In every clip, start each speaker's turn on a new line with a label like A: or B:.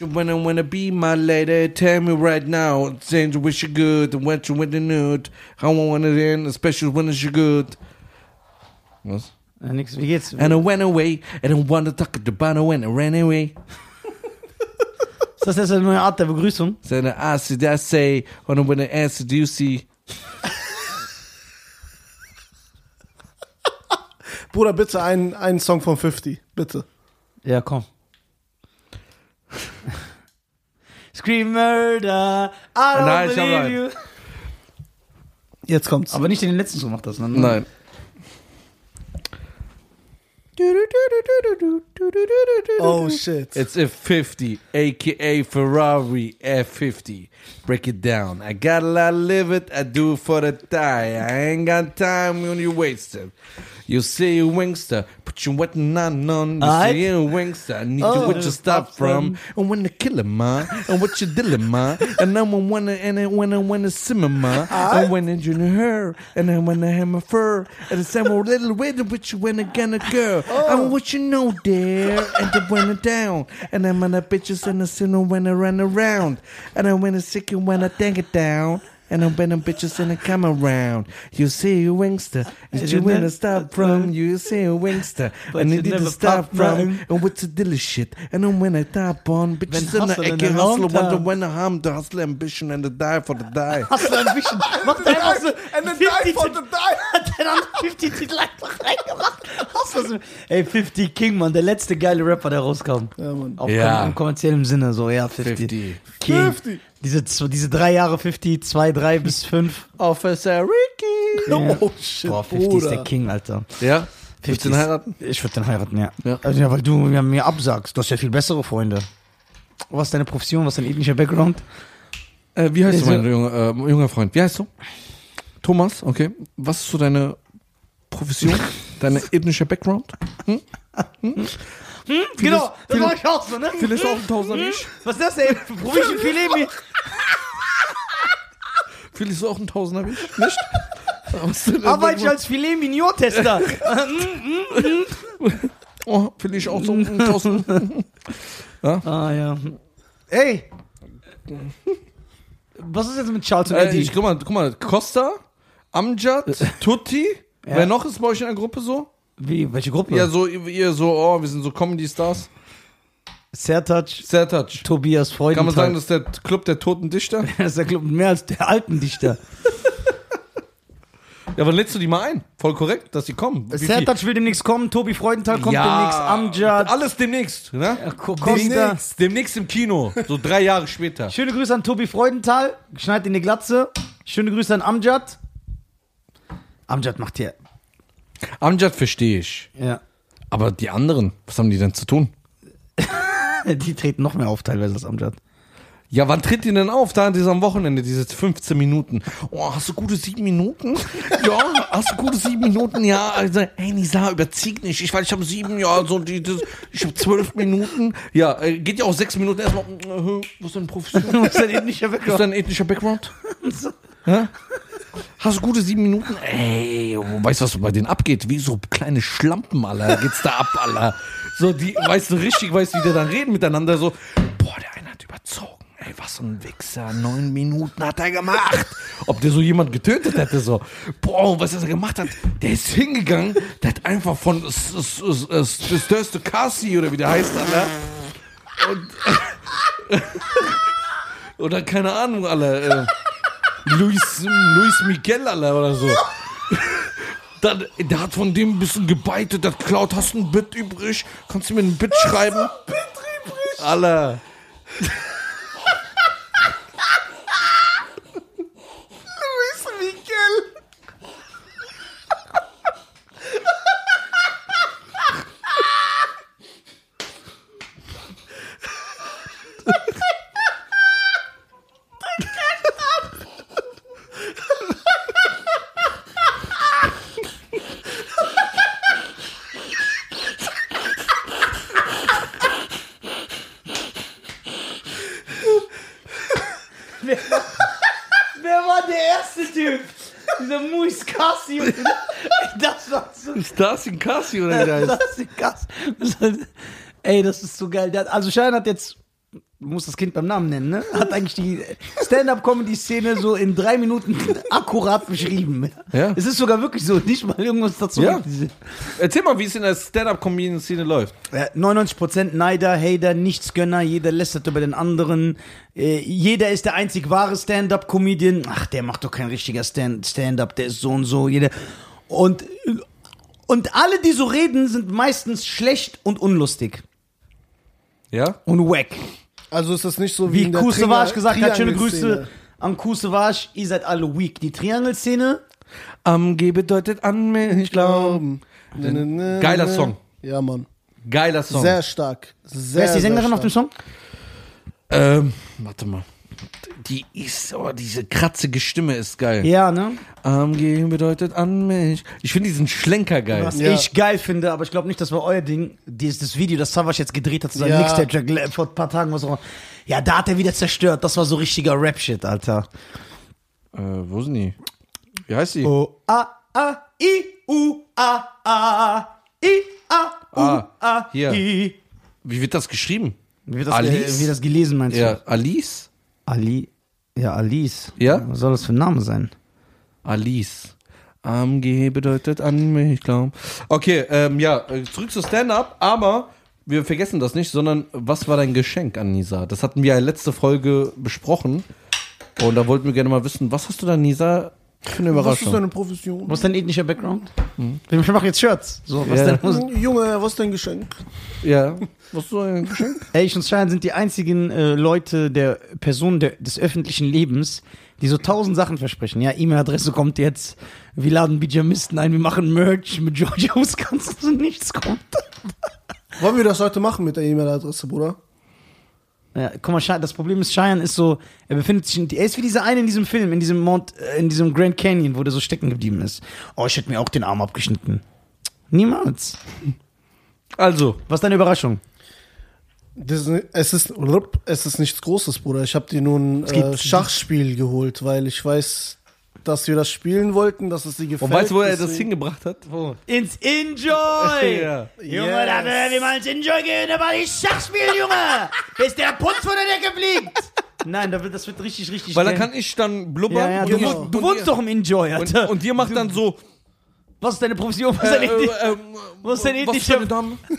A: You wanna wanna be my lady? Tell me right now. Saying you wish you good, and what you with the nude. How I wanna end, especially when it's you good. Was?
B: Äh, nix, wie geht's?
A: And I went away, and I wanna talk to the bottle, and I ran away.
B: Ist das jetzt eine neue Art der Begrüßung?
A: Then I asked, did I say, and when I answered, you see.
C: Bruder, bitte einen, einen Song von 50. Bitte.
B: Ja, komm. Scream Murder, I don't
A: Nein, ich hab
B: believe
A: einen.
B: you.
C: Jetzt kommt's.
B: Aber nicht in den letzten Song macht das, ne?
A: Nein.
C: oh shit.
A: It's a 50, aka Ferrari F50. Break it down. I got a lot of live it, I do it for the tie. I ain't got time when you waste it. You say you wingster, put your wet nun on. You
B: Alright.
A: say you wingster, I need you what you Oh. stop from. And when the killer ma, and what you dealing ma, and I'm a winner, and I when I win a cinema, and when I join her, and I when I have my fur, and it's a little weather which you when I gonna girl. I'm what you know there, and the winner down, and I'm on the bitches and the sinner when I run around, and I when I sick and when I think it down. And I'm bending bitches and I come around. You see you wingster, and you
B: you
A: wanna
B: never-
A: stop from. You see you wingster, and
B: you
A: you need to
B: never
A: stop
B: pop
A: from.
B: round.
A: And what's the dilly shit? And then when I tap on, bitches in the
B: hustling
A: ecke
B: and
A: hustle,
B: long
A: wonder
B: time.
A: when I harm the hustle ambition and the die for the die.
B: Hast du ein bisschen. Mach da einfach so.
C: Also, And the die for the die.
B: Hat der andere 50 Titel einfach reingemacht. Hast du das? Ey, 50 King, Mann, der letzte geile Rapper, der rauskam.
C: Ja, Mann.
B: Auch
A: Ja.
B: ja. im kommerziellen Sinne so, ja, 50.
A: 50.
B: King.
C: 50.
B: Diese, z- diese drei Jahre 50, 2, 3 bis 5.
A: Officer Ricky.
C: Oh shit,
B: Boah, 50 ist der
C: Bruder.
B: King, Alter.
A: Ja.
B: 50
A: Willst du ihn
B: ist-
A: heiraten?
B: Ich würde den heiraten, ja.
A: Ja.
B: Also, ja, weil du mir- mir absagst. Du hast ja viel bessere Freunde. Was ist deine Profession? Was ist dein ethnischer Background?
A: Äh, wie heißt du,
B: Also-
A: mein junger, äh, junger Freund? Wie heißt du? Thomas, okay. Was ist so deine Profession? Deine ethnische Background?
B: genau, das mach ich auch so, ne?
A: Vielleicht auch ein Tausender wie ich.
B: Was ist das, ey? Probier viel Leben hier.
A: Vielleicht auch ein Tausender wie ich. Nicht? Was ist deine
B: Arbeite ich
A: Background?
B: als Filet Mignon-Tester.
A: Oh, vielleicht auch so ein Tausender.
B: ah, ja. Ey! Was ist jetzt mit Charles und
A: Äh,
B: Eddie?
A: ich, guck mal, guck mal. Costa, Amjad, Tutti.
B: Äh. Ja.
A: Wer noch ist bei euch in der Gruppe so?
B: Wie, welche Gruppe?
A: Ja, so, ihr- ihr so, oh, wir sind so Comedy-Stars.
B: Sertac,
A: Sertac.
B: Tobias Freudenthal.
A: Kann man sagen, das ist der Club der toten Dichter?
B: das ist der Club mehr als der alten Dichter.
A: Ja, wann lädst du die mal ein? Voll korrekt, dass die kommen. Wie viel?
B: Sertac will demnächst kommen, Tobi Freudenthal kommt demnächst, Amjad,
A: Alles demnächst, ne?
B: Ko- Costa.
A: Demnächst. demnächst im Kino, so drei Jahre später.
B: Schöne Grüße an Tobi Freudenthal, schneid in die Glatze. Schöne Grüße an Amjad. Amjad macht hier.
A: Amjad verstehe ich,
B: Ja.
A: aber die anderen, was haben die denn zu tun?
B: Die treten noch mehr auf teilweise als Amjad.
A: Ja, wann tritt die denn auf? Da an diesem Wochenende, diese 15 Minuten. Oh, hast du gute sieben Minuten? Ja, hast du gute sieben Minuten? Ja, also, ey, Nisa, überzieh nicht. Ich weiß, ich habe sieben, ja, so dieses, ich habe zwölf Minuten. Ja, äh, geht ja auch sechs Minuten erstmal. äh, Wo ist denn Professor?
B: Du musst dann eben nicht
A: Was ist
B: wegkommen.
A: dein ethnischer Background? Hä? Hast du gute sieben Minuten? Ey, weißt du, was bei denen abgeht? Wie so kleine Schlampen, Alter, geht's da ab, Alter. So, die, weißt du, richtig, weißt du, wie die dann reden miteinander, so, boah, der eine hat überzogen. Ey, was ein Wichser, neun Minuten hat er gemacht. Ob der so jemand getötet hätte, so. Boah, und was er gemacht hat, der ist hingegangen, der hat einfach von S- S- S- S- Störste Cassie oder wie der heißt, Alter. Oder keine Ahnung, alle. Äh, Luis, Luis Miguel, alle oder so. Dann, der hat von dem ein bisschen gebeitet, hat geklaut, hast du ein Bit übrig? Kannst du mir ein Bit schreiben? Bit übrig? Alle.
B: Wer war der erste Typ? Dieser Muis Cassi. Das war so
A: Ist das ein Cassi oder wie der heißt?
B: Das ist krass. Ey, das ist so geil. Der hat, also Schein hat jetzt du musst das Kind beim Namen nennen, ne? Hat eigentlich die Stand-up-Comedy-Szene so in drei Minuten akkurat beschrieben.
A: Ja.
B: Es ist sogar wirklich so, nicht mal irgendwas dazu.
A: Ja. Erzähl mal, wie es in der Stand-Up-Comedian-Szene läuft.
B: Ja, 99% Äh, Neider, Hater, Nichtsgönner, jeder lästert über den anderen. Äh, jeder ist der einzig wahre Stand-Up-Comedian. Ach, der macht doch kein richtiger Stand- Stand-Up, der ist so und so. Jeder. Und, und alle, die so reden, sind meistens schlecht und unlustig.
A: Ja?
B: Und wack.
C: Also ist das nicht so wie,
B: Wie
C: in der
B: Kusewage gesagt hat, schöne
C: Triangelszene.
B: Grüße an Kusewage. Ihr seid alle weak. Die Triangelszene,
A: Am G bedeutet an mich glauben.
C: Glauben. Ne, ne, ne,
A: Geiler
C: ne.
A: Song.
C: Ja, Mann.
A: Geiler Song.
C: Sehr stark. Sehr,
B: wer ist die Sängerin
C: sehr
B: auf dem Song?
A: Ähm, warte mal. Die ist, oh, diese kratzige Stimme ist geil.
B: Ja, ne?
A: Am G bedeutet an mich. Ich finde diesen Schlenker geil.
B: Was
C: Ja.
B: ich geil finde, aber ich glaube nicht, das war euer Ding. Dieses Video, das Savas jetzt gedreht hat zu seinem
C: Ja.
B: Mixtape-Track le- vor ein paar Tagen, was auch immer. Ja, da hat er wieder zerstört. Das war so richtiger Rap-Shit, Alter.
A: Äh, wo sind die? Wie heißt die?
B: O, A, A, I, U, A, A, I, A, U,
A: Ah,
B: A,
A: hier.
B: I.
A: Wie wird das geschrieben?
B: Wie wird das,
A: Alice?
B: Alice? Wie das gelesen, meinst
A: Ja,
B: du?
A: Alice?
B: Ali. Ja, Alice.
A: Ja?
B: Was soll das für ein Name sein?
A: Alice. Am G bedeutet an mich glauben. Okay, ähm, ja, äh, zurück zu Stand-Up, aber wir vergessen das nicht, sondern was war dein Geschenk an Nisa? Das hatten wir ja letzte Folge besprochen und da wollten wir gerne mal wissen, was hast du da Nisa für eine
C: Was ist
A: Überraschung?
C: deine Profession?
B: Was ist dein ethnischer Background? Wir machen Hm. jetzt Shirts. So, was
A: Ja.
B: denn? Was,
C: Junge, was ist dein Geschenk?
A: Ja, was ist dein Geschenk?
B: Elch und Schein sind die einzigen äh, Leute der Personen der, des öffentlichen Lebens, die so tausend Sachen versprechen. Ja, E-Mail-Adresse kommt jetzt, wir laden Bijamisten ein, wir machen Merch, mit Georgios kannst du nichts kommt.
C: Wollen wir das heute machen mit der E-Mail-Adresse, Bruder?
B: Ja, guck mal, Cheyenne- das Problem ist, Cheyenne ist so, er befindet sich, in, er ist wie dieser eine in diesem Film, in diesem Mount, äh, in diesem Grand Canyon, wo der so stecken geblieben ist. Oh, ich hätte mir auch den Arm abgeschnitten. Niemals.
A: Also,
B: Was ist deine Überraschung?
C: Das, ist- es, ist, rup, es ist nichts Großes, Bruder. Ich habe dir nur ein
B: geht-
C: äh, Schachspiel geholt, weil ich weiß, dass wir das spielen wollten, dass es dir gefällt.
A: und weißt du, wo er das
C: deswegen-
A: hingebracht hat? Wo?
B: Ins Enjoy!
A: Ja.
B: Junge,
C: Yes.
B: da werden wir mal ins Enjoy gehen, aber ich Schachspiel, Junge! Bis der Putz von der Decke fliegt! Nein, da wird- das wird richtig, richtig
A: Weil da
B: geil.
A: kann ich dann blubbern
B: ja, ja, du,
A: ihr-
C: genau.
B: wohnst- du wohnst doch im Enjoy,
A: und,
B: Alter.
A: und ihr macht dann so.
B: was ist deine Profession? Was
A: Äh,
B: ist deine
A: äh,
B: Idee?
A: ähm,
B: Wo ist dein
A: was
B: ethischer-
A: für eine Dame?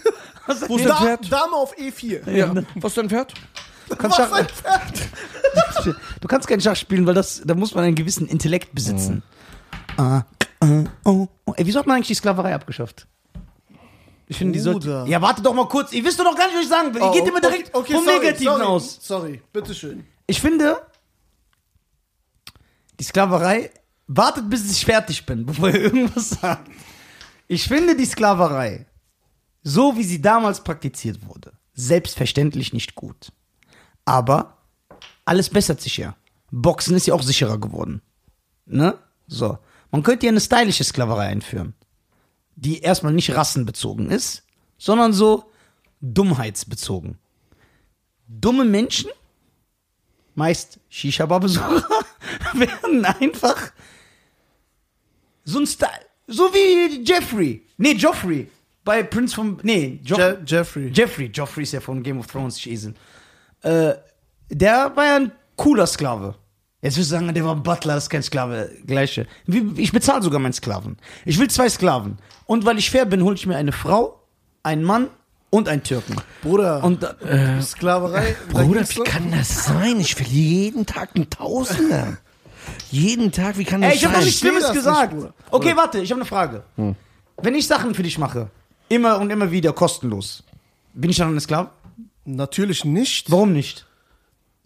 B: Was ist
A: Wo ist
B: deine-
A: dein
C: Da,
A: Pferd?
C: Dame auf E4.
A: Ja. Was ist dein Pferd?
B: kannst
C: Was ein
B: Schach,
C: Pferd.
B: du kannst kein Schach spielen, weil das, da muss man einen gewissen Intellekt besitzen. Ah, äh, oh, oh. Ey, wieso hat man eigentlich die Sklaverei abgeschafft? Ich finde, die sollte.
C: Bruder. Oh,
B: Ja, warte doch mal kurz. Ihr wisst doch noch gar nicht, was ich sagen will. Ihr geht immer direkt
C: Okay, okay,
B: vom
C: sorry,
B: Negativen
C: sorry,
B: aus.
C: Sorry, bitteschön.
B: Ich finde, die Sklaverei wartet, bis ich fertig bin, bevor ihr irgendwas sagt. Ich finde die Sklaverei, so wie sie damals praktiziert wurde, selbstverständlich nicht gut. Aber alles bessert sich ja. Boxen ist ja auch sicherer geworden. Ne? So. Man könnte ja eine stylische Sklaverei einführen, die erstmal nicht rassenbezogen ist, sondern so dummheitsbezogen. Dumme Menschen meist Shisha-Bar-Besucher werden einfach so ein Style. So wie Jeffrey. Nee, Joffrey. Bei Prince von. Nee, Joff
C: Je Jeffrey.
B: Jeffrey. Joffrey ist ja von Game of Thrones Esel. Äh, der war ja ein cooler Sklave. Jetzt wirst du sagen, der war ein Butler, das ist kein Sklave. Gleiche. Wie- Ich bezahle sogar meinen Sklaven. Ich will zwei Sklaven. Und weil ich fair bin, hole ich mir eine Frau, einen Mann und einen Türken.
C: Bruder,
B: Und äh,
C: Sklaverei. da
A: Bruder,
C: gibt's
A: wie
C: noch-
A: kann das sein? Ich verliere jeden Tag einen Tausender. Jeden Tag, wie kann das
B: Ey, ich habe doch
A: sein?
B: nichts
C: verstehe
B: Schlimmes
C: das nicht,
B: gesagt.
C: Bruder.
B: okay, warte, ich habe eine Frage. Wenn ich Sachen für dich mache, immer und immer wieder kostenlos, bin ich dann ein Sklave?
C: Natürlich nicht.
B: Warum nicht?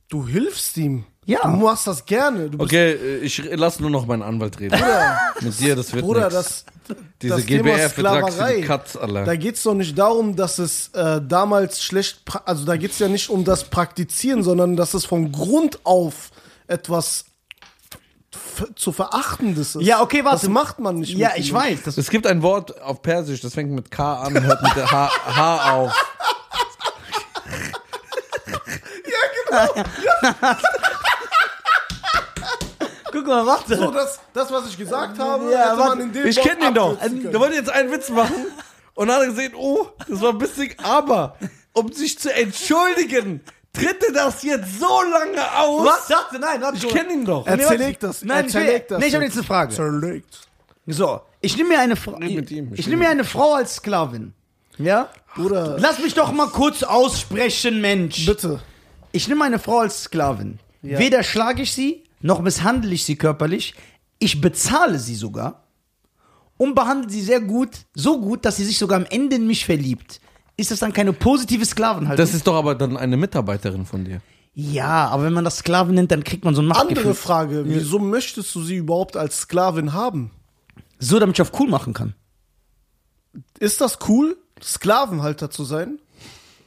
C: Du hilfst ihm.
B: Ja.
C: Du machst das gerne. Du bist
A: okay, äh, ich lass nur noch meinen Anwalt reden.
C: Bruder.
A: Mit dir, das wird
C: Bruder,
A: nix.
C: das,
A: Diese
C: das Thema
A: GBR-Vertrags
C: Sklaverei,
A: sind Katz, Alter.
C: Da geht es doch nicht darum, dass es äh, damals schlecht, pra- also da geht es ja nicht um das Praktizieren, sondern dass es von Grund auf etwas f- zu verachtendes ist.
B: Ja, okay, warte.
C: Das macht man nicht.
B: Ja,
C: mit
B: ich
C: ihnen.
B: weiß. Das
A: Es gibt ein Wort auf Persisch, das fängt mit K an und hört mit der H, H auf.
B: Guck mal, warte.
C: So, das, das, was ich gesagt habe,
B: Ja,
C: hätte
B: warte.
C: man in dem
A: Ich
C: Wort
A: kenne den doch.
C: abkürzen
A: Der
C: können.
A: wollte jetzt einen Witz machen und hat gesehen, oh, das war bissig, aber um sich zu entschuldigen, tritt er das jetzt so lange aus?
B: Was? Sagst du? Nein, warte
A: Ich kenne ihn doch.
B: Nee, warte.
C: Zerlegt das.
B: Nein,
C: er
B: ich, will,
C: zerlegt das.
B: nee, ich habe jetzt eine Frage.
C: Zerlegt.
B: So, ich nehme mir eine Frau.
A: Nee, mit ihm, ich
B: ich nehme mir eine Frau als Sklavin. Ja?
C: Bruder.
B: Lass mich doch mal kurz aussprechen, Mensch.
C: Bitte.
B: Ich nehme eine Frau als Sklavin. Weder schlage ich sie, noch misshandle ich sie körperlich. Ich bezahle sie sogar und behandle sie sehr gut, so gut, dass sie sich sogar am Ende in mich verliebt. Ist das dann keine positive Sklavenhaltung?
A: Das ist doch aber dann eine Mitarbeiterin von dir.
B: ja, aber wenn man das Sklaven nennt, dann kriegt man so ein Machtgefühl.
C: Andere Frage. Wieso möchtest du sie überhaupt als Sklavin haben?
B: So, damit ich auf cool machen kann.
C: Ist das cool, Sklavenhalter zu sein?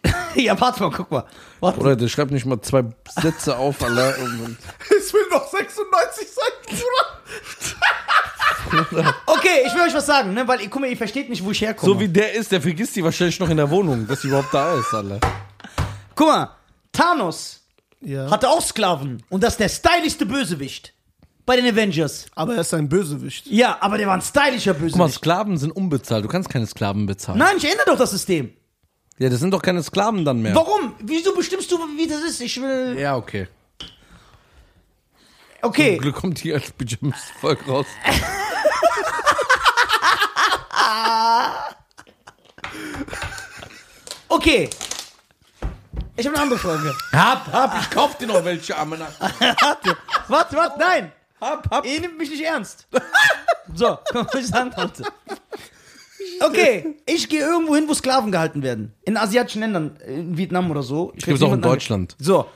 B: ja, warte mal, guck mal. Warte.
A: Oder der schreibt nicht mal zwei Sätze auf, Alter. Und, und
C: Es will noch 96 sein, Bruder.
B: Okay, ich will euch was sagen, ne? Weil, guck mal, ihr versteht nicht, wo ich herkomme.
A: so wie der ist, der vergisst die wahrscheinlich noch in der Wohnung, dass sie überhaupt da ist, Alter.
B: guck mal, Thanos
C: Ja.
B: hatte auch Sklaven. Und das ist der stylischste Bösewicht bei den Avengers.
C: aber er ist ein Bösewicht.
B: Ja, aber der war ein stylischer
A: Guck mal,
B: Bösewicht.
A: Sklaven sind unbezahlt. Du kannst keine Sklaven bezahlen.
B: Nein, ich ändere doch das System.
A: Ja, das sind doch keine Sklaven dann mehr.
B: Warum? Wieso bestimmst du, wie das ist? Ich will.
A: Ja, okay.
B: Okay,
A: Glück kommt hier als Pyjamas-Volk raus.
B: okay. Ich habe eine andere Frage.
A: Hab, hab, ich kauf dir noch welche, Amena.
B: warte, warte, nein.
A: Hab, hab.
B: Ihr nehmt mich nicht ernst. So, komm, was ich sagen wollte. Okay, ich gehe irgendwo hin, wo Sklaven gehalten werden. In asiatischen Ländern, in Vietnam oder so. Ich
A: gibt's
B: weiß
A: auch in
B: niemanden-
A: Deutschland.
B: So,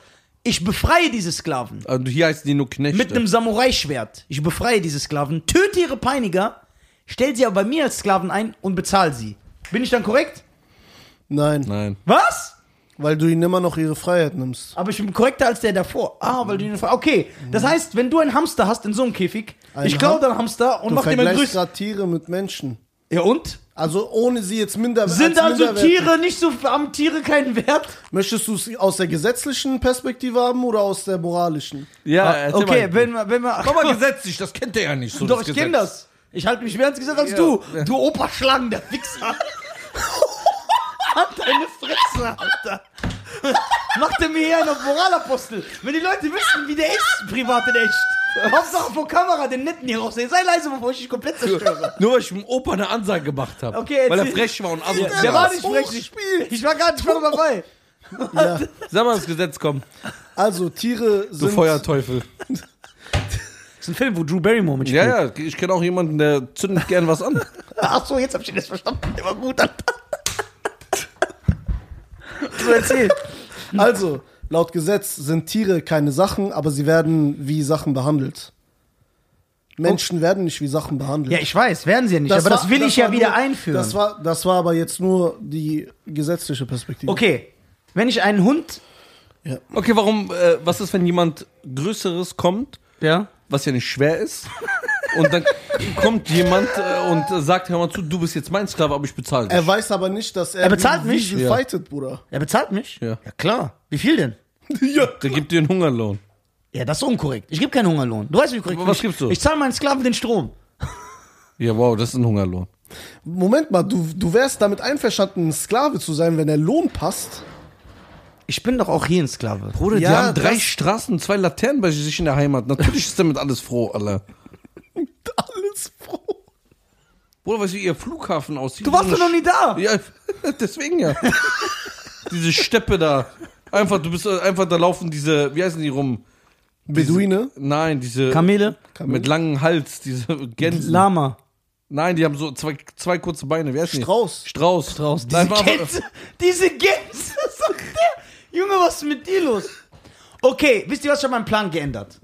B: ich befreie diese Sklaven
A: Also hier heißen die nur Knechte.
B: mit einem Samurai-Schwert. Ich befreie diese Sklaven, töte ihre Peiniger, stell sie aber bei mir als Sklaven ein und bezahle sie. Bin ich dann korrekt?
C: Nein,
A: Nein.
B: Was?
C: weil du ihnen immer noch ihre Freiheit nimmst.
B: Aber ich bin korrekter als der davor. Ah, weil du ihn Okay, das heißt, wenn du einen Hamster hast in so einem Käfig,
C: Mhm. Ein
B: ich klaue
C: Ham-
B: deinen Hamster und
C: Du
B: mach dir mal
C: vergleichst
B: größer.
C: gerade Tiere mit Menschen.
B: Ja und?
C: Also ohne sie jetzt minder
B: Sind
C: als
B: also
C: minderwertig.
B: Tiere nicht so am Tiere keinen Wert?
C: Möchtest du es aus der gesetzlichen Perspektive haben oder aus der moralischen?
A: Ja, erzähl
B: Ah, okay,
A: mal.
B: wenn wir, wenn wir.
A: Komm mal gesetzlich, das kennt der ja nicht so.
B: Doch,
A: das
B: ich kenn
A: Gesetz.
B: das. Ich halte mich mehr ans Gesetz als du. Du Opa Schlangen, der Wichser. Hat deine Fresse, Alter. Macht er mir hier einen Moralapostel. Wenn die Leute wüssten, wie der ist, privat in echt. Hauptsache vor Kamera, den Netten hier raussehen. Sei leise, bevor ich dich komplett zerstöre.
A: Nur weil ich dem Opa eine Ansage gemacht habe.
B: Okay,
A: weil er
B: erzähl.
A: frech war und asozial.
B: Der war nicht
C: Oh,
B: frech. Ich war gar nicht vorne dabei.
C: Ja.
A: Sag mal, das Gesetz kommt.
C: Also Tiere
A: Du
C: sind
A: Feuerteufel.
B: Das ist ein Film, wo Drew Barrymore mitspielt.
A: Ja, ja, ich kenne auch jemanden, der zündet gern was an.
B: Ach so, jetzt hab ich das verstanden. Der war gut, Alter. So erzähl.
C: also laut Gesetz sind Tiere keine Sachen, aber sie werden wie Sachen behandelt. Menschen werden nicht wie Sachen behandelt.
B: Ja, ich weiß, werden sie ja nicht, aber das
C: war-
B: will ich ja
C: war
B: wieder
C: nur,
B: einführen.
C: Das war, das war aber jetzt nur die gesetzliche Perspektive.
B: okay, wenn ich einen Hund.
A: Okay, warum, äh, was ist, wenn jemand Größeres kommt,
B: Ja.
A: was ja nicht schwer ist, und dann kommt jemand äh, und äh, sagt, hör mal zu, du bist jetzt mein Sklave, aber ich bezahle dich.
C: Er weiß aber nicht, dass er,
B: Er bezahlt
C: wie,
B: mich?
C: wie
A: Ja.
C: fightet, Bruder.
B: Er bezahlt mich?
A: Ja.
B: klar. Wie viel denn?
A: Der gibt dir einen Hungerlohn.
B: Ja, das ist unkorrekt. Ich gebe keinen Hungerlohn. Du weißt, wie korrekt
A: Aber was
B: ich-
A: gibst du?
B: Ich zahle meinen Sklaven den Strom.
A: Ja, wow, das ist ein Hungerlohn.
C: Moment mal, du, du wärst damit einverstanden, ein Sklave zu sein, wenn der Lohn passt.
B: Ich bin doch auch hier ein Sklave.
A: Bruder, die
C: Ja,
A: haben drei
C: das-
A: Straßen, zwei Laternen bei sich in der Heimat. Natürlich ist damit alles froh, alle.
C: Alles froh.
A: Bruder, weißt du, wie ihr Flughafen aussieht?
B: Du warst doch noch nie da.
A: Ja, deswegen ja. diese Steppe da. Einfach, du bist äh, einfach, da laufen diese, wie heißen die rum?
C: Beduine?
A: Nein, diese.
B: Kamele?
A: Mit langem Hals, diese Gänse.
B: Lama.
A: Nein, die haben so zwei, zwei kurze Beine. Wer ist
C: Strauß.
A: Strauß. Strauß.
B: Diese Gänse. Diese Gänse, sagt der. Junge, was ist mit dir los? Okay, wisst ihr was? Ich habe meinen Plan geändert.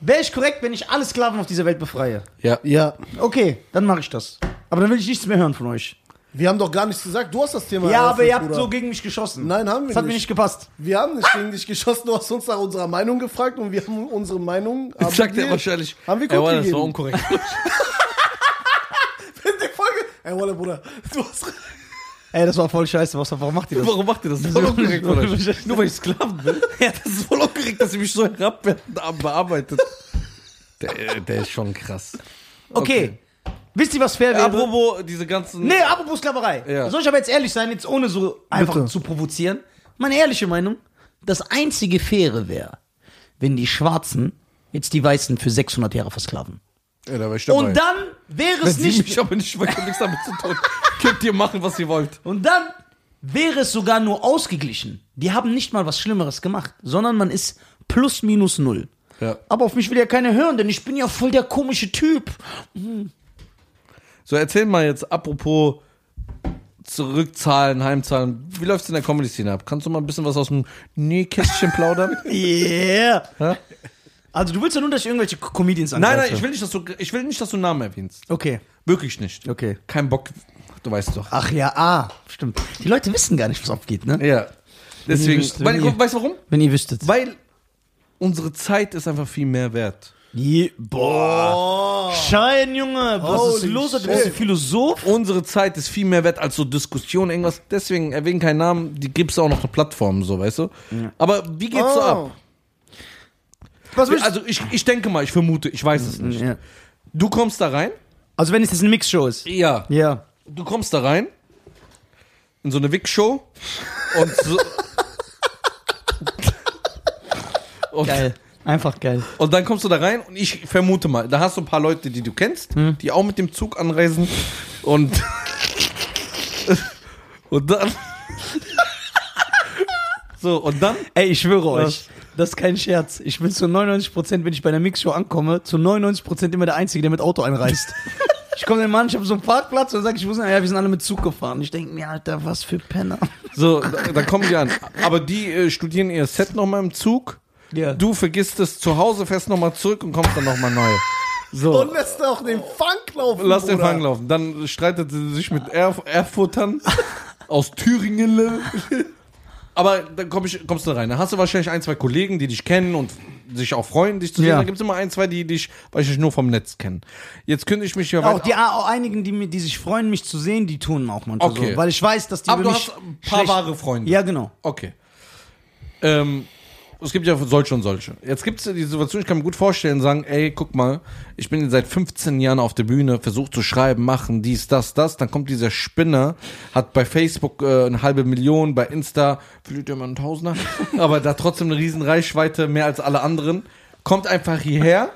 B: Wäre ich korrekt, wenn ich alle Sklaven auf dieser Welt befreie?
A: Ja.
C: Ja.
B: Okay, dann mache ich das. Aber dann will ich nichts mehr hören von euch.
C: Wir haben doch gar nichts gesagt. Du hast das Thema.
B: Ja,
C: eröffnet,
B: aber ihr habt
C: Bruder.
B: so gegen mich geschossen.
C: Nein, haben wir
B: Das hat mir
C: nicht.
B: nicht gepasst.
C: Wir haben nicht gegen dich geschossen. Du hast uns nach unserer Meinung gefragt und wir haben unsere Meinung. haben
A: Jetzt sagt
C: wir-
A: er wahrscheinlich.
C: Haben wir
A: ey, Mann,
C: gut
A: das war
C: gegeben.
A: unkorrekt.
C: In der Folge. Ey, Wolle, Bruder. Du hast recht.
B: Ey, das war voll scheiße. Was, warum macht ihr das?
A: Warum macht ihr das? Das ist voll unkorrekt von euch. Nur weil ich Sklaven bin.
B: Ja,
A: Das ist voll unkorrekt, dass ihr mich so herabwertend bearbeitet. Der, der ist schon krass.
B: okay. Wisst ihr, was fair wäre?
A: Apropos diese ganzen.
B: nee, apropos Sklaverei.
A: Ja.
B: Soll ich aber jetzt ehrlich sein, jetzt ohne so einfach
C: Bitte.
B: zu provozieren? Meine ehrliche Meinung. das einzige Faire wäre, wenn die Schwarzen jetzt die Weißen für 600 Jahre versklaven.
A: Ja, da war ich
B: Und dann wäre es
A: Wenn Sie
B: nicht.
A: mich aber nicht wirklich nichts damit zu tun. Könnt ihr machen, was ihr wollt.
B: Und dann wäre es sogar nur ausgeglichen. Die haben nicht mal was Schlimmeres gemacht, sondern man ist plus minus null.
A: Ja.
B: Aber auf mich will ja keiner hören, denn ich bin ja voll der komische Typ.
A: So, erzähl mal jetzt, apropos Zurückzahlen, Heimzahlen. Wie läuft's in der Comedy-Szene ab? Kannst du mal ein bisschen was aus dem Nähkästchen plaudern?
B: Yeah.
A: Hä?
B: Also du willst ja nur, dass ich irgendwelche Co- Comedians
A: nein,
B: angreife.
A: nein, ich will, nicht, dass du, ich will nicht, dass du Namen erwähnst.
B: Okay.
A: Wirklich nicht.
B: Okay.
A: Kein Bock. Du weißt doch.
B: Ach ja, ah, stimmt. Die Leute wissen gar nicht, was abgeht, ne?
A: Ja. Deswegen.
B: wüsste,
A: weil,
B: wenn ihr-
A: weißt du warum?
B: Wenn ihr wüsstet.
A: Weil unsere Zeit ist einfach viel mehr wert.
B: boah. Schein, Junge. Was ist
C: Holy
B: los? Du bist ein
C: shit.
B: Philosoph?
A: Unsere Zeit ist viel mehr wert als so Diskussionen, irgendwas. Deswegen erwähnen keinen Namen, die gibt's auch noch eine Plattform, so, weißt du? Aber wie geht's so
C: Ah. Oh,
A: ab?
B: Was willst
A: Also ich, ich denke mal, ich vermute, ich weiß es nicht.
B: ja.
A: Du kommst da rein.
B: also wenn es jetzt eine Mixshow ist.
A: Ja.
B: Ja.
A: Du kommst da rein. In so eine Wick-Show. Und so. und,
B: Geil. Einfach geil.
A: und dann kommst du da rein und ich vermute mal, da hast du ein paar Leute, die du kennst, die auch mit dem Zug anreisen. Und. und dann. so, und dann.
B: Ey, ich schwöre
A: Was?
B: euch, das ist kein Scherz. Ich bin zu 99%, wenn ich bei einer Mixshow ankomme, zu 99% immer der Einzige, der mit Auto einreist. ich komme dann an, ich habe so einen Parkplatz und sage, ich muss, ja, wir sind alle mit Zug gefahren. Ich denke mir, Alter, was für Penner.
A: So, da, da kommen die an. Aber die äh, studieren ihr Set nochmal im Zug.
B: Ja.
A: Du vergisst es zu Hause, fährst nochmal zurück und kommst dann nochmal neu. So,
C: Und lässt auch den Funk laufen.
A: lass den
C: Bruder.
A: Fang laufen. Dann streitet sie sich mit Erf Erfurtern aus Thüringen. Aber dann komm ich, kommst du rein. Dann hast du wahrscheinlich ein, zwei Kollegen, die dich kennen und sich auch freuen, dich zu sehen.
B: Ja.
A: Dann gibt es immer ein, zwei, die dich wahrscheinlich nur vom Netz kennen. Jetzt könnte ich mich ja
B: Auch
A: weit-
B: die auch einigen, die, mir- die sich freuen, mich zu sehen, die tun auch manchmal
A: Okay.
B: so. Weil ich weiß, dass die
A: Aber
B: über
A: du
B: mich
A: hast ein paar
B: schlecht-
A: wahre Freunde.
B: Ja, genau.
A: Okay. Ähm, es gibt ja solche und solche. Jetzt gibt es ja die Situation, ich kann mir gut vorstellen, sagen, ey, guck mal, ich bin seit 15 Jahren auf der Bühne, versucht zu schreiben, machen, dies, das, das. Dann kommt dieser Spinner, hat bei Facebook äh, eine halbe Million, bei Insta verliert ja mal einen Tausender, aber da trotzdem eine riesen Reichweite, mehr als alle anderen. Kommt einfach hierher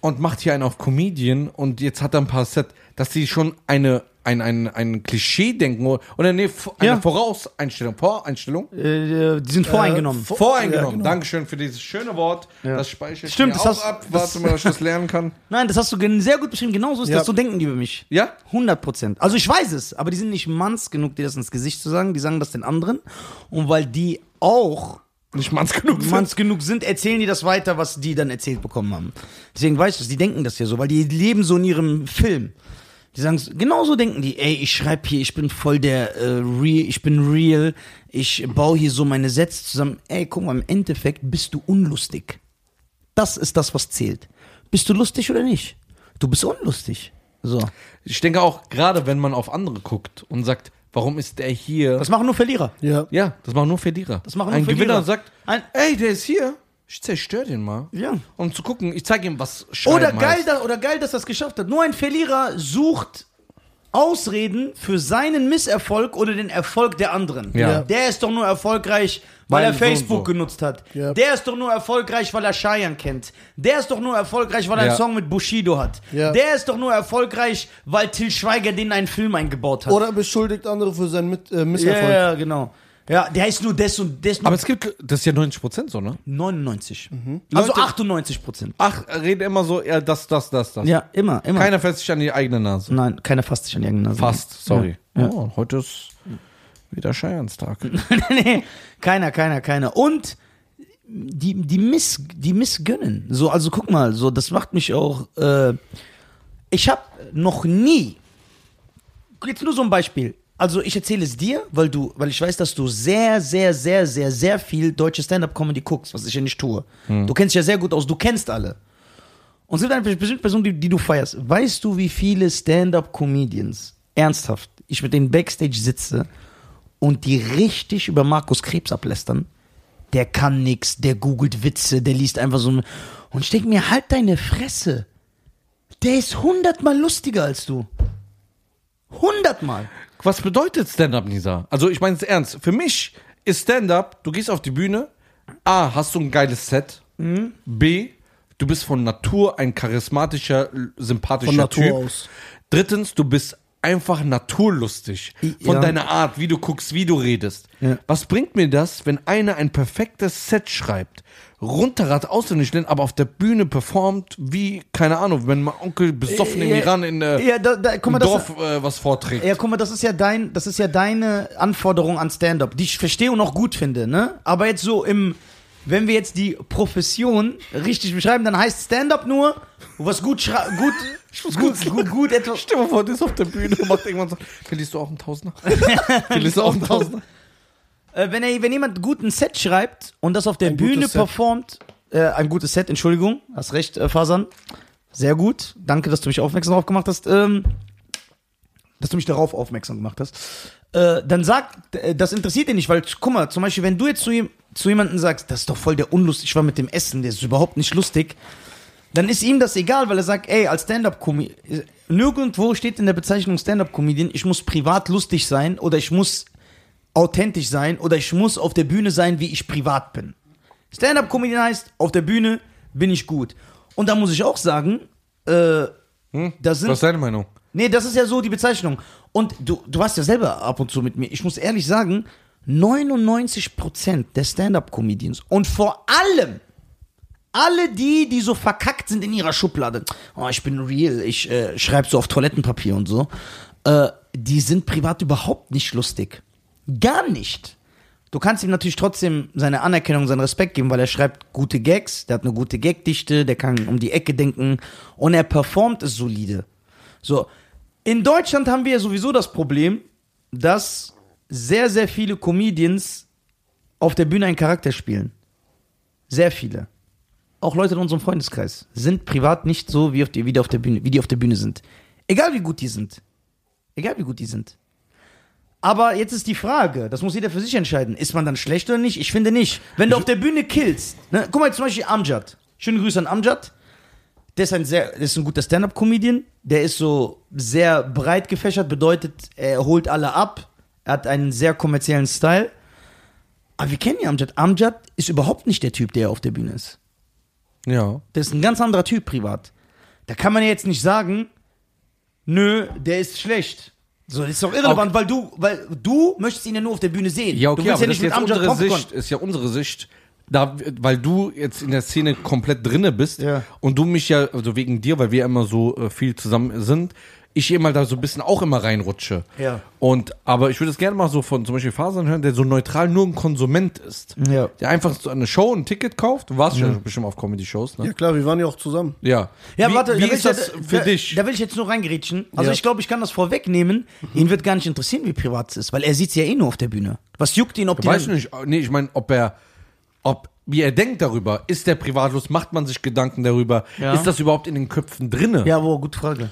A: und macht hier einen auf Comedian und jetzt hat er ein paar Set, dass sie schon eine ein, ein, ein Klischee denken oder- oder nee, vo- eine
B: Ja.
A: Vorauseinstellung, Voreinstellung,
B: Äh, die sind voreingenommen.
C: vor-
A: voreingenommen.
C: ja, genau.
A: Dankeschön für dieses schöne Wort. Das speichere ich
B: Stimmt,
A: mir
B: das
A: auch
B: hast-
A: ab.
B: das-
A: Warte mal, dass ich das lernen kann.
B: Nein, das hast du gen- sehr gut beschrieben. Genau so ist
C: Ja.
B: das. So denken die über mich.
A: Ja?
B: 100 Prozent. Also ich weiß es, aber die sind nicht manns genug, dir das ins Gesicht zu sagen. Die sagen das den anderen. Und weil die auch
A: Nicht manns genug.
B: manns genug sind, erzählen die das weiter, was die dann erzählt bekommen haben. Deswegen weiß ich das. Die denken das ja so, weil die leben so in ihrem Film. Die sagen, so- genauso denken die, ey, ich schreibe hier, ich bin voll der äh, Real, ich bin real, ich baue hier so meine Sätze zusammen. Ey, guck mal, im Endeffekt bist du unlustig. Das ist das, was zählt. Bist du lustig oder nicht? Du bist unlustig. So.
A: Ich denke auch, gerade wenn man auf andere guckt und sagt, warum ist der hier?
B: Das machen nur Verlierer.
C: Ja.
A: ja, das machen nur Verlierer.
B: Das machen nur
A: Ein
B: Verlierer.
A: Gewinner sagt,
B: Ein-
A: ey, der ist hier. Ich zerstöre den mal.
B: Ja.
A: Um zu gucken, ich zeige ihm, was Schreiben
B: Oder geil,
A: heißt.
B: da, oder geil, dass das geschafft hat. Nur ein Verlierer sucht Ausreden für seinen Misserfolg oder den Erfolg der anderen.
A: Ja.
B: Der ist doch nur erfolgreich, weil,
A: Weil
B: er
A: so und
B: Facebook
A: so.
B: genutzt hat.
C: Ja.
B: Der ist doch nur erfolgreich, weil er Cheyenne kennt. Der ist doch nur erfolgreich, weil er
A: Ja.
B: einen Song mit Bushido hat.
C: Ja.
B: Der ist doch nur erfolgreich, weil Till Schweiger den einen Film eingebaut hat.
C: Oder beschuldigt andere für seinen Mit äh,
B: ja,
C: Misserfolg.
B: ja, genau. Ja, der ist nur des und des.
A: Aber es gibt, das ist ja 90% so, ne?
B: 99. Also
A: Mhm. Leute-
B: 98 Prozent.
A: Ach, rede immer so, ja, das, das, das, das.
B: Ja, immer, immer.
A: Keiner fährt sich an die eigene Nase.
B: Nein, keiner fasst sich an irgendeiner Nase.
A: Fast, sorry.
B: Ja. Ja.
A: Oh, heute ist wieder Scheierns-Tag.
B: nee, keiner, keiner, keiner. Und die, die, miss, die missgönnen. So, also guck mal, so, das macht mich auch. Äh, ich habe noch nie. Jetzt nur so ein Beispiel. Also ich erzähle es dir, weil du, weil ich weiß, dass du sehr, sehr, sehr, sehr, sehr viel deutsche Stand-up-Comedy guckst, was ich ja nicht tue. Du kennst dich ja sehr gut aus, du kennst alle. Und es gibt eine bestimmte Person, die, die du feierst. Weißt du, wie viele Stand-up-Comedians, ernsthaft, ich mit denen Backstage sitze und die richtig über Markus Krebs ablästern? Der kann nix, der googelt Witze, der liest einfach so. ein- Und ich denke mir, halt deine Fresse. Der ist hundertmal lustiger als du. Hundertmal.
A: Was bedeutet Stand-up, Nisa? Also ich meine es ernst. Für mich ist Stand-up, du gehst auf die Bühne, A, hast du ein geiles Set.
B: Mhm.
A: B, du bist von Natur ein charismatischer, l- sympathischer
C: Von Natur
A: Typ.
C: aus.
A: Drittens, du bist einfach naturlustig.
B: I-
A: Von
B: ja.
A: deiner Art, wie du guckst, wie du redest.
B: Ja.
A: Was bringt mir das, wenn einer ein perfektes Set schreibt, runterrat auswendig nennt, aber auf der Bühne performt, wie, keine Ahnung, wenn mein Onkel besoffen im
B: Ja,
A: Iran in äh,
B: ja, da, da, guck mal,
A: im Dorf
B: das,
A: äh, was vorträgt?
B: ja, guck mal, das ist ja dein, das ist ja deine Anforderung an Stand-up, die ich verstehe und auch gut finde, ne? Aber jetzt so im, wenn wir jetzt die Profession richtig beschreiben, dann heißt Stand-up nur, was gut, schra- gut, gut, gut, gut, etwas.
A: Stell dir mal vor, der ist auf der Bühne und macht irgendwann so, verlierst du auch einen Tausender? verlierst du auch einen Tausender?
B: Äh, wenn, er, wenn jemand gut ein Set schreibt und das auf der Bühne
C: gutes Set.
B: performt, äh, ein gutes Set, Entschuldigung, hast recht, äh, Fasan. Sehr gut. Danke, dass du mich aufmerksam darauf gemacht hast. Ähm, dass du mich darauf aufmerksam gemacht hast. Äh, dann sag, äh, das interessiert ihn nicht, weil, guck mal, zum Beispiel, wenn du jetzt zu, ihm, zu jemandem sagst, das ist doch voll der Unlust, ich war mit dem Essen, der ist überhaupt nicht lustig, dann ist ihm das egal, weil er sagt, ey, als Stand-Up-Comedian, nirgendwo steht in der Bezeichnung Stand-Up-Comedian, ich muss privat lustig sein oder ich muss authentisch sein oder ich muss auf der Bühne sein, wie ich privat bin. Stand-up-Comedian heißt, auf der Bühne bin ich gut. Und da muss ich auch sagen, äh, da sind
A: Was ist deine Meinung?
B: Nee, das ist ja so die Bezeichnung. Und du, du warst ja selber ab und zu mit mir. Ich muss ehrlich sagen, 99% der Stand-Up-Comedians und vor allem alle die, die so verkackt sind in ihrer Schublade, oh, ich bin real, ich äh, schreibe so auf Toilettenpapier und so, äh, die sind privat überhaupt nicht lustig. Gar nicht. Du kannst ihm natürlich trotzdem seine Anerkennung, seinen Respekt geben, weil er schreibt gute Gags, der hat eine gute Gagdichte, der kann um die Ecke denken und er performt es solide. So, in Deutschland haben wir ja sowieso das Problem, dass sehr, sehr viele Comedians auf der Bühne einen Charakter spielen. Sehr viele. Auch Leute in unserem Freundeskreis sind privat nicht so, wie, auf die, wie, die, auf der Bühne, wie die auf der Bühne sind. Egal wie gut die sind. Egal wie gut die sind. Aber jetzt ist die Frage, das muss jeder für sich entscheiden. Ist man dann schlecht oder nicht? Ich finde nicht. Wenn du auf der Bühne killst, ne? guck mal jetzt zum Beispiel Amjad. Schöne Grüße an Amjad der ist ein sehr, der ist ein guter Stand-up-Comedian. Der ist so sehr breit gefächert, bedeutet, er holt alle ab. Er hat einen sehr kommerziellen Style. Aber wir kennen ja Amjad. Amjad ist überhaupt nicht der Typ, der auf der Bühne ist.
A: Ja.
B: Der ist ein ganz anderer Typ privat. Da kann man ja jetzt nicht sagen, nö, der ist schlecht. So, das ist doch irrelevant, weil du, weil du möchtest ihn ja nur auf der Bühne sehen.
A: Ja, okay,
B: du willst
A: aber das
B: ja nicht
A: ist
B: mit
A: jetzt
B: Amjad
A: unsere
B: Popcorn.
A: Sicht, ist ja unsere Sicht, da, weil du jetzt in der Szene komplett drinne bist
B: Ja.
A: und du mich ja, also wegen dir, weil wir ja immer so äh, viel zusammen sind, ich immer da so ein bisschen auch immer reinrutsche.
B: Ja.
A: Und, aber ich würde es gerne mal so von zum Beispiel Fasern hören, der so neutral nur ein Konsument ist.
B: Ja.
A: Der einfach so eine Show, ein Ticket kauft. Du warst ja bestimmt auf Comedy-Shows, ne?
C: Ja klar, wir waren ja auch zusammen.
A: Ja.
B: Ja,
A: wie,
B: warte,
A: wie
B: da will
A: ist
B: ich
A: das
B: ja,
A: für
B: da,
A: dich?
B: Da will ich jetzt nur reingrätschen. Also
C: Ja.
B: ich glaube, ich kann das vorwegnehmen. Ihn wird gar nicht interessieren, wie privat es ist, weil er sieht es ja eh nur auf der Bühne. Was juckt ihn, ob die...
A: Weiß
B: dann-
A: nicht, äh, nee, ich meine, ob er, ob, wie er denkt darüber, ist der privatlos, macht man sich Gedanken darüber,
B: Ja.
A: ist das überhaupt in den Köpfen drinne?
B: Ja, wo, gute Frage.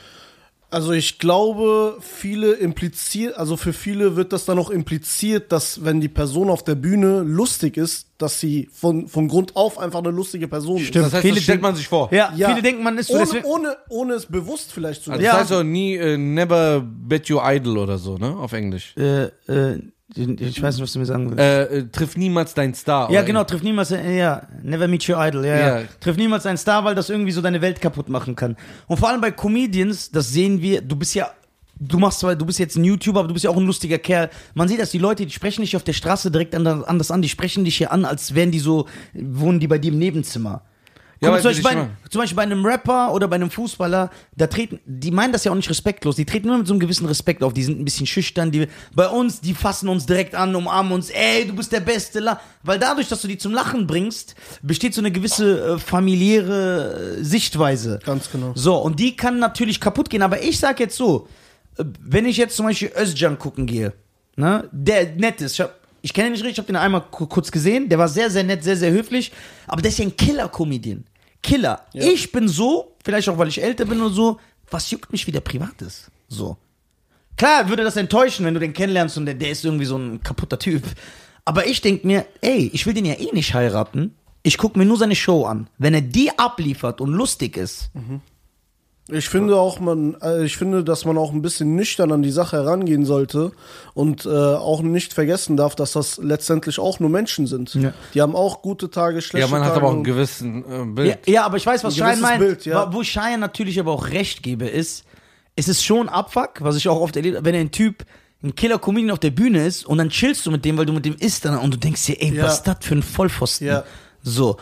C: Also ich glaube, viele impliziert, also für viele wird das dann auch impliziert, dass wenn die Person auf der Bühne lustig ist, dass sie von, von Grund auf einfach eine lustige Person
B: Stimmt.
A: Das heißt,
B: Viele
A: das stellt
B: denken-
A: man sich vor.
B: Ja,
C: ist. Ja.
B: viele denken, man ist so...
C: ohne, oh-
B: deswegen-
C: ohne, ohne es bewusst vielleicht zu
A: Also
B: Ja.
A: Das heißt auch nie äh, never bet you idle oder so, ne? Auf Englisch.
B: äh, äh, ich weiß nicht, was du mir sagen willst.
A: Äh, äh, triff niemals deinen Star.
B: Ja,
A: oder
B: genau, trifft niemals, äh, ja, never meet your idol, ja, ja.
A: Ja.
B: Triff niemals einen Star, weil das irgendwie so deine Welt kaputt machen kann. Und vor allem bei Comedians, das sehen wir, du bist ja, du machst zwar, du bist jetzt ein YouTuber, aber du bist ja auch ein lustiger Kerl. Man sieht, dass die Leute, die sprechen dich auf der Straße direkt an- anders an, die sprechen dich hier an, als wären die so, wohnen die bei dir im Nebenzimmer.
A: Ja,
B: Guck mal,
A: aber
B: zum, Beispiel
A: ich
B: bei, zum Beispiel bei einem Rapper oder bei einem Fußballer, da treten, die meinen das ja auch nicht respektlos, die treten nur mit so einem gewissen Respekt auf, die sind ein bisschen schüchtern, die, bei uns, die fassen uns direkt an, umarmen uns, ey, du bist der Beste, la. weil dadurch, dass du die zum Lachen bringst, besteht so eine gewisse äh, familiäre äh, Sichtweise.
C: Ganz genau.
B: So, und die kann natürlich kaputt gehen, aber ich sag jetzt so, äh, wenn ich jetzt zum Beispiel Özcan gucken gehe, ne, der nett ist, ich, hab, ich kenne ihn nicht richtig, ich habe den einmal ku- kurz gesehen, der war sehr, sehr nett, sehr, sehr höflich, aber der ist ja ein Killer-Comedian. Killer. Ich bin so, vielleicht auch, weil ich älter bin oder so, was juckt mich, wie der privat ist? So. Klar würde das enttäuschen, wenn du den kennenlernst und der, der ist irgendwie so ein kaputter Typ. Aber ich denke mir, ey, ich will den ja eh nicht heiraten. Ich gucke mir nur seine Show an. Wenn er die abliefert und lustig ist,
C: Ich finde auch, man, äh, ich finde, dass man auch ein bisschen nüchtern an die Sache herangehen sollte und äh, auch nicht vergessen darf, dass das letztendlich auch nur Menschen sind.
B: Ja.
C: Die haben auch gute Tage, schlechte
A: Ja,
C: Tage.
A: man hat aber auch einen
C: und-
A: gewissen äh,
B: Ja,
A: Bild.
B: ja, aber ich weiß, was
C: Ein
B: Schein
C: gewisses
B: meint.
C: Bild, ja.
B: Wa- Wo Schein natürlich aber auch recht gebe, ist, es ist schon Abfuck, was ich auch oft erlebt habe, wenn ein Typ, ein Killer-Comedian auf der Bühne ist und dann chillst du mit dem, weil du mit dem isst dann und du denkst dir, ey,
C: Ja.
B: was ist das für ein Vollpfosten?
C: Ja.
B: So.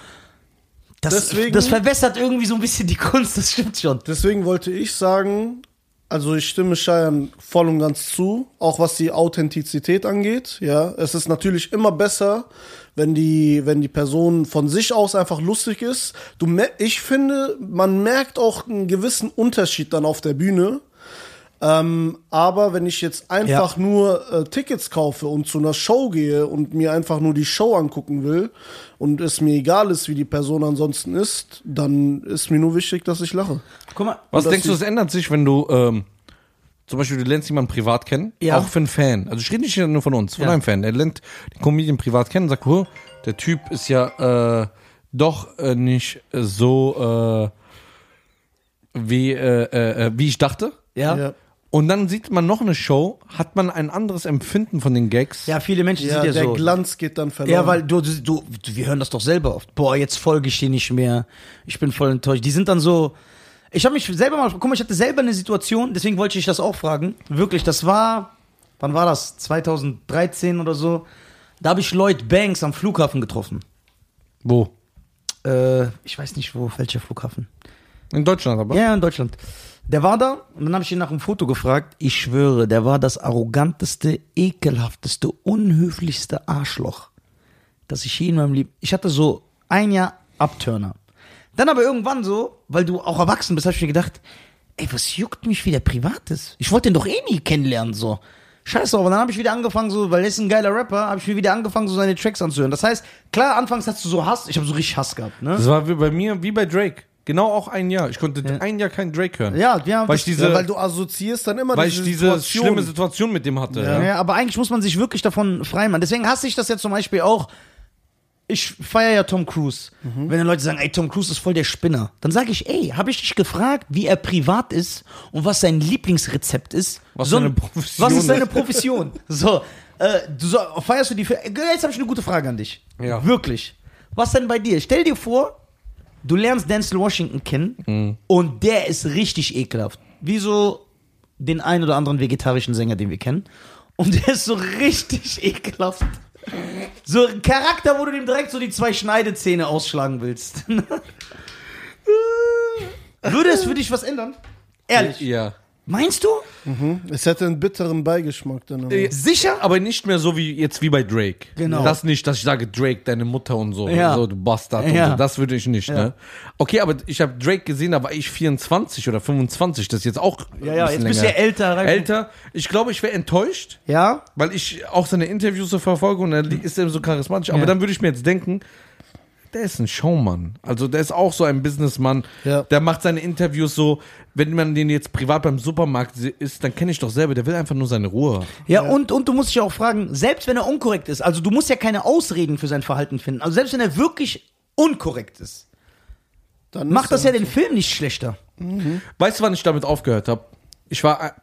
B: Das,
C: Deswegen-
B: das verwässert irgendwie so ein bisschen die Kunst, das stimmt schon.
C: Deswegen wollte ich sagen, also ich stimme Cheyenne voll und ganz zu, auch was die Authentizität angeht. Ja, es ist natürlich immer besser, wenn die, wenn die Person von sich aus einfach lustig ist. Du, mer- ich finde, man merkt auch einen gewissen Unterschied dann auf der Bühne. Ähm, aber wenn ich jetzt einfach nur äh, Tickets kaufe und zu einer Show gehe und mir einfach nur die Show angucken will und es mir egal ist, wie die Person ansonsten ist, dann ist mir nur wichtig, dass ich lache.
B: Guck mal.
A: Was
C: dass
A: denkst du,
C: die-
A: es ändert sich, wenn du ähm, zum Beispiel, du lernst jemanden privat kennen,
B: Ja.
A: auch für einen Fan. Also ich rede nicht nur von uns, von
B: Ja.
A: einem Fan. Er lernt den Comedian privat kennen und sagt, oh, der Typ ist ja äh, doch äh, nicht äh, so, äh, wie, äh, äh, äh, wie ich dachte.
B: Ja. ja.
C: Ja.
A: Und dann sieht man noch eine Show, hat man ein anderes Empfinden von den Gags.
B: viele Menschen
C: Ja,
B: sind ja
C: der
B: so.
C: Glanz geht dann verloren.
B: Ja, weil du, du, du, wir hören das doch selber oft. Boah, jetzt folge ich dir nicht mehr. Ich bin voll enttäuscht. Die sind dann so. Ich habe mich selber mal. Guck mal, ich hatte selber eine Situation, deswegen wollte ich das auch fragen. Wirklich, das war. Wann war das? 2013 oder so. Da habe ich Lloyd Banks am Flughafen getroffen.
A: Wo?
B: Äh, ich weiß nicht, wo, welcher Flughafen.
A: In Deutschland aber.
B: Ja, ja, in Deutschland. Der war da und dann habe ich ihn nach einem Foto gefragt. Ich schwöre, der war das arroganteste, ekelhafteste, unhöflichste Arschloch, das ich je in meinem Leben. Ich hatte so ein Jahr Abturner. Dann aber irgendwann so, weil du auch erwachsen bist, habe ich mir gedacht, ey, was juckt mich, wie der privat ist? Ich wollte den doch eh nie kennenlernen, so. Scheiße, aber dann habe ich wieder angefangen, so, weil er ist ein geiler Rapper, habe ich mir wieder angefangen, so seine Tracks anzuhören. Das heißt, klar, anfangs hast du so Hass, ich habe so richtig Hass gehabt, ne?
A: Das war wie bei mir wie bei Drake. Genau auch ein Jahr. Ich konnte
B: Ja.
A: ein Jahr keinen Drake hören.
B: Ja, ja,
A: weil ich
B: das-
A: diese,
C: ja, weil du assoziierst dann immer
A: weil ich diese
C: Situation.
A: schlimme Situation mit dem hatte.
B: Ja. aber eigentlich muss man sich wirklich davon freimachen. Deswegen hasse ich das ja zum Beispiel auch. Ich feiere ja Tom Cruise. Wenn dann Leute sagen, ey, Tom Cruise ist voll der Spinner, dann sage ich, ey, habe ich dich gefragt, wie er privat ist und was sein Lieblingsrezept ist?
A: Was
B: Son-
A: seine Profession
B: Was ist seine
A: ist.
B: Profession? so, äh, du so, feierst du die. Fe- Äh, Jetzt habe ich eine gute Frage an dich.
A: Ja.
B: Wirklich. Was denn bei dir? Stell dir vor, du lernst Denzel Washington kennen und der ist richtig ekelhaft. Wie so den einen oder anderen vegetarischen Sänger, den wir kennen. Und der ist so richtig ekelhaft. So ein Charakter, wo du dem direkt so die zwei Schneidezähne ausschlagen willst. Würde es für dich was ändern? Ehrlich.
A: ja.
B: Meinst du?
C: Es hätte einen bitteren Beigeschmack dann. aber-
A: Äh,
B: Äh,
A: Sicher, aber nicht mehr so wie jetzt wie bei Drake.
B: Genau.
A: Das nicht, dass ich sage, Drake, deine Mutter und so,
B: Ja.
A: so du Bastard
B: Ja.
A: und so. Das würde ich nicht, ne? Okay, aber ich habe Drake gesehen, da war ich 24 oder 25, das ist jetzt auch
B: Ja, ja, jetzt bist du ja älter. Reif-
A: älter. Ich glaube, ich wäre enttäuscht,
B: Ja?
A: weil ich auch seine Interviews so verfolge und er li- ist eben so charismatisch. Aber
B: Ja.
A: dann würde ich mir jetzt denken, der ist ein Showmann. Also der ist auch so ein Businessmann.
C: Ja.
A: Der macht seine Interviews so, wenn man den jetzt privat beim Supermarkt se- ist, dann kenne ich doch selber, der will einfach nur seine Ruhe.
B: Ja, und, und du musst dich auch fragen, selbst wenn er unkorrekt ist, also du musst ja keine Ausreden für sein Verhalten finden, also selbst wenn er wirklich unkorrekt ist,
C: Dann
B: macht
C: ist
B: das
C: er-
B: ja den Film nicht schlechter.
A: Weißt du, wann ich damit aufgehört habe? Ich war,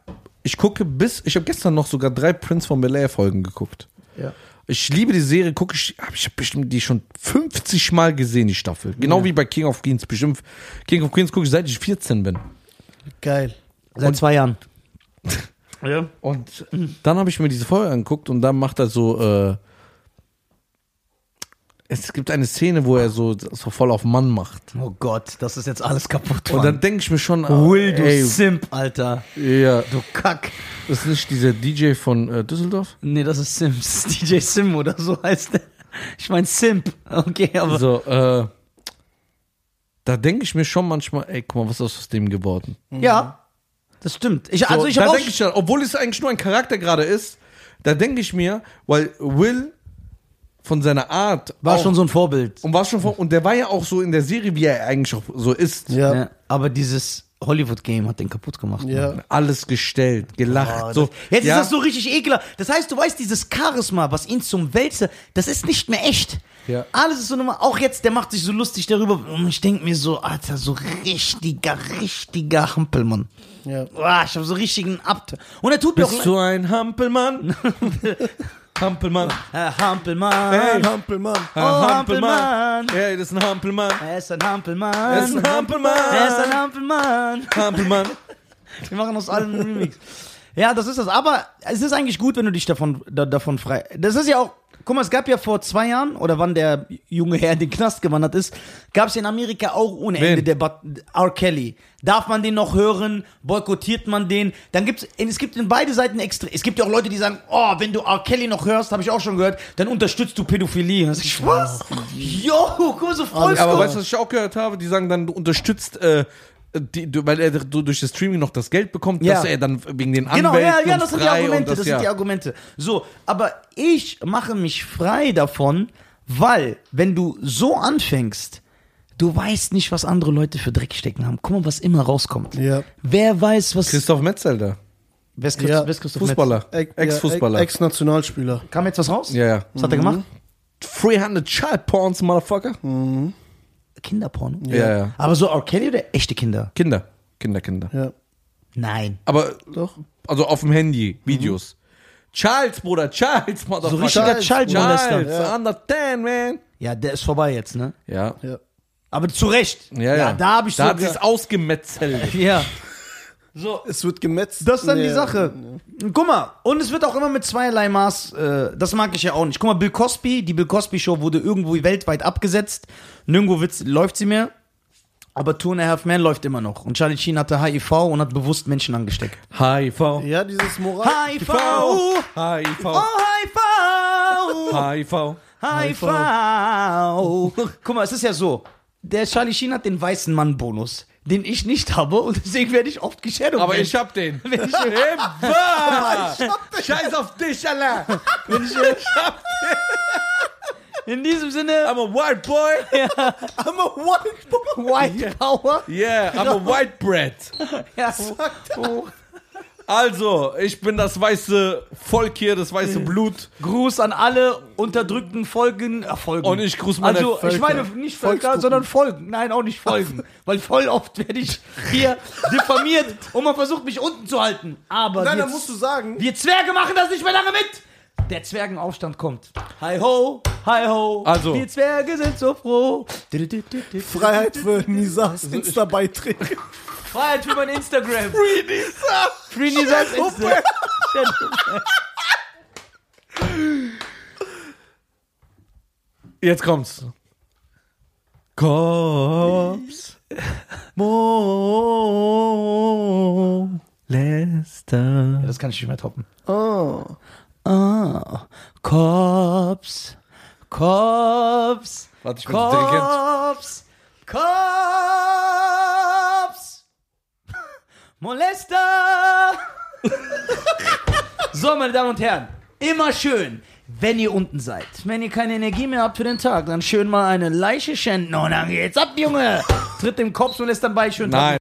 A: ich gucke bis, ich habe gestern noch sogar drei Prince von Bel Air Folgen geguckt.
B: Ja.
A: Ich liebe die Serie, gucke ich, hab- ich habe bestimmt die schon 50 Mal gesehen, die Staffel. Genau wie bei King of Queens. Bestimmt, King of Queens gucke ich seit ich 14 bin.
C: geil.
B: Seit zwei Jahren.
A: Und dann habe ich mir diese Folge angeguckt und dann macht er so, äh, es gibt eine Szene, wo er so, so voll auf Mann macht.
B: Oh Gott, das ist jetzt alles kaputt.
A: Und dann
B: Mann.
A: denke ich mir schon, ah,
B: Will, du
A: ey,
B: Simp, Alter.
A: ja,
B: Du Kack.
A: das ist nicht dieser DJ von äh, Düsseldorf?
B: Nee, das ist Sims. DJ Sim oder so heißt der. Ich meine Simp. Okay, aber.
A: So, äh, da denke ich mir schon manchmal, ey, guck mal, was ist aus dem geworden?
B: Ja, das stimmt. Ich, also
A: So,
B: ich
A: da
B: habe auch.
A: denke ich, schon, obwohl es eigentlich nur ein Charakter gerade ist, da denke ich mir, weil Will von seiner Art
B: war
A: auch,
B: schon so ein Vorbild.
A: und war schon vor, und der war ja auch so in der Serie, wie er eigentlich auch so ist.
C: Ja.
B: Ja, aber dieses Hollywood-Game hat den kaputt gemacht.
C: Ja.
A: Alles gestellt, gelacht,
B: Oh,
A: so.
B: das, jetzt
A: Ah, ja,
B: ist das so richtig ekelhaft. Das heißt, du weißt, dieses Charisma, was ihn zum Wälzer, das ist nicht mehr echt.
A: Ja.
B: Alles ist so normal. Auch jetzt, der macht sich so lustig darüber. Und ich denke mir so, Alter, so richtiger, richtiger Hampelmann.
C: Ja.
B: Boah, ich habe so richtigen Abte. Und er tut mir auch
A: Bist du ein Hampelmann? Hampelmann.
B: Herr Äh, Hampelmann.
A: Hey,
C: Hampelmann.
A: Oh,
B: Hampelmann.
A: Hey, das ist ein Hampelmann.
B: Er ist ein Hampelmann.
A: Er ist ein Hampelmann.
B: Er ist ein Hampelmann.
A: Hampelmann.
B: Wir machen aus allem einen Remix. Ja, das ist das. Aber es ist eigentlich gut, wenn du dich davon, da, davon frei. Das ist ja auch. Guck mal, es gab ja vor zwei Jahren, oder wann der junge Herr in den Knast gewandert ist, gab es in Amerika auch ohne
A: Wen?
B: Ende Debatten. R. Kelly. Darf man den noch hören? Boykottiert man den? Dann gibt's, es gibt in beide Seiten extra. Es gibt ja auch Leute, die sagen, oh, wenn du R. Kelly noch hörst, habe ich auch schon gehört, dann unterstützt du Pädophilie. Und dann sag ich, was? Jo, guck mal, so voll.
A: Aber weißt du, was ich auch gehört habe? Die sagen dann, du unterstützt, äh, die, du- weil er du- durch das Streaming noch das Geld bekommt,
B: Ja.
A: dass er dann wegen den Anwälten
B: Genau, ja, ja, das sind die
A: frei und
B: Argumente, das,
A: das,
B: sind die
A: ja.
B: Argumente. So, aber ich mache mich frei davon, weil wenn du so anfängst, du weißt nicht, was andere Leute für Dreck stecken haben. Guck mal, was immer rauskommt.
C: Ja.
B: Wer weiß, was
A: Christoph Metzelder,
B: wer ist Christ-
C: Ja.
B: wer ist Christoph
A: Fußballer,
C: Ex- ja,
A: Ex-Fußballer.
C: Ex-Nationalspieler.
B: Metz? Kam jetzt was raus?
A: ja, Mhm. ja.
B: Was hat er gemacht?
A: 300 Child Porns, Motherfucker.
B: Kinderporno.
A: Ja, ja.
B: Aber so R. Kelly oder echte Kinder?
A: Kinder, Kinder, Kinder.
C: Ja.
B: Nein.
A: Aber,
C: Doch.
A: also auf dem Handy, Videos. Charles, Bruder, Charles, Motherfucker.
B: Mhm. So richtiger
C: Charles-
B: Child-Molester.
A: Charles, understand, man.
B: Ja, der ist vorbei jetzt, ne?
A: Ja.
C: Ja.
B: Aber zu Recht.
A: Ja, ja.
B: da habe ich
A: da
B: so...
A: hat sie es
B: ge-
A: ausgemetzelt.
B: Ja.
C: Es wird gemetzt.
B: Das ist dann
C: Nee.
B: die Sache. Guck mal, und es wird auch immer mit zweierlei Maß, äh, das mag ich ja auch nicht. Guck mal, Bill Cosby, die Bill Cosby Show wurde irgendwo weltweit abgesetzt. Nirgendwo wird's, läuft sie mehr. Aber Two and a Half Men läuft immer noch. Und Charlie Sheen hatte HIV und hat bewusst Menschen angesteckt.
A: HIV.
C: Ja, dieses Moral.
B: HIV! Oh,
A: HIV.
B: HIV!
A: HIV.
B: HIV! Guck mal, es ist ja so. Der Charlie Sheen hat den weißen Mann-Bonus, den ich nicht habe und deswegen werde ich oft geschädigt.
A: Aber ich hab den.
B: Wenn ich-
A: Immer. Scheiß auf dich, Allah.
B: Wenn ich, in diesem Sinne,
A: I'm a white boy.
B: I'm a white boy. White Power.
A: Yeah, I'm a white bread.
B: Ja.
A: Also, ich bin das weiße Volk hier, das weiße
B: Mhm.
A: Blut.
B: Gruß an alle unterdrückten Folgen. Äh, Folgen.
A: Und ich grüße meine
B: Also, ich
A: Völker.
B: meine nicht Völker,
C: Volksgruppen.
B: sondern Folgen. Nein, auch nicht Folgen. Weil voll oft werde ich hier diffamiert und man versucht mich unten zu halten. Aber
C: Nein,
B: wir,
C: dann musst du sagen.
B: wir Zwerge machen das nicht mehr lange mit. Der Zwergenaufstand kommt. Hi ho, hi ho.
A: Also.
B: Wir Zwerge sind so froh.
C: Freiheit für
B: Also
C: Nisas Insta-Beiträge.
B: Freiheit für mein Instagram. Free Nisa. Free Nisa ist Instagram.
A: Jetzt kommt's. Cops. Molester.
B: Das kann ich nicht mehr toppen.
C: Oh.
B: Ah, Cops, Cops,
A: Warte, ich bin so
B: Cops, Cops, Molester. so, meine Damen und Herren, immer schön, wenn ihr unten seid. Wenn ihr keine Energie mehr habt für den Tag, dann schön mal eine Leiche schänden und dann geht's ab, Junge. Tritt dem Cops Molestern bei, schön.
A: Nein.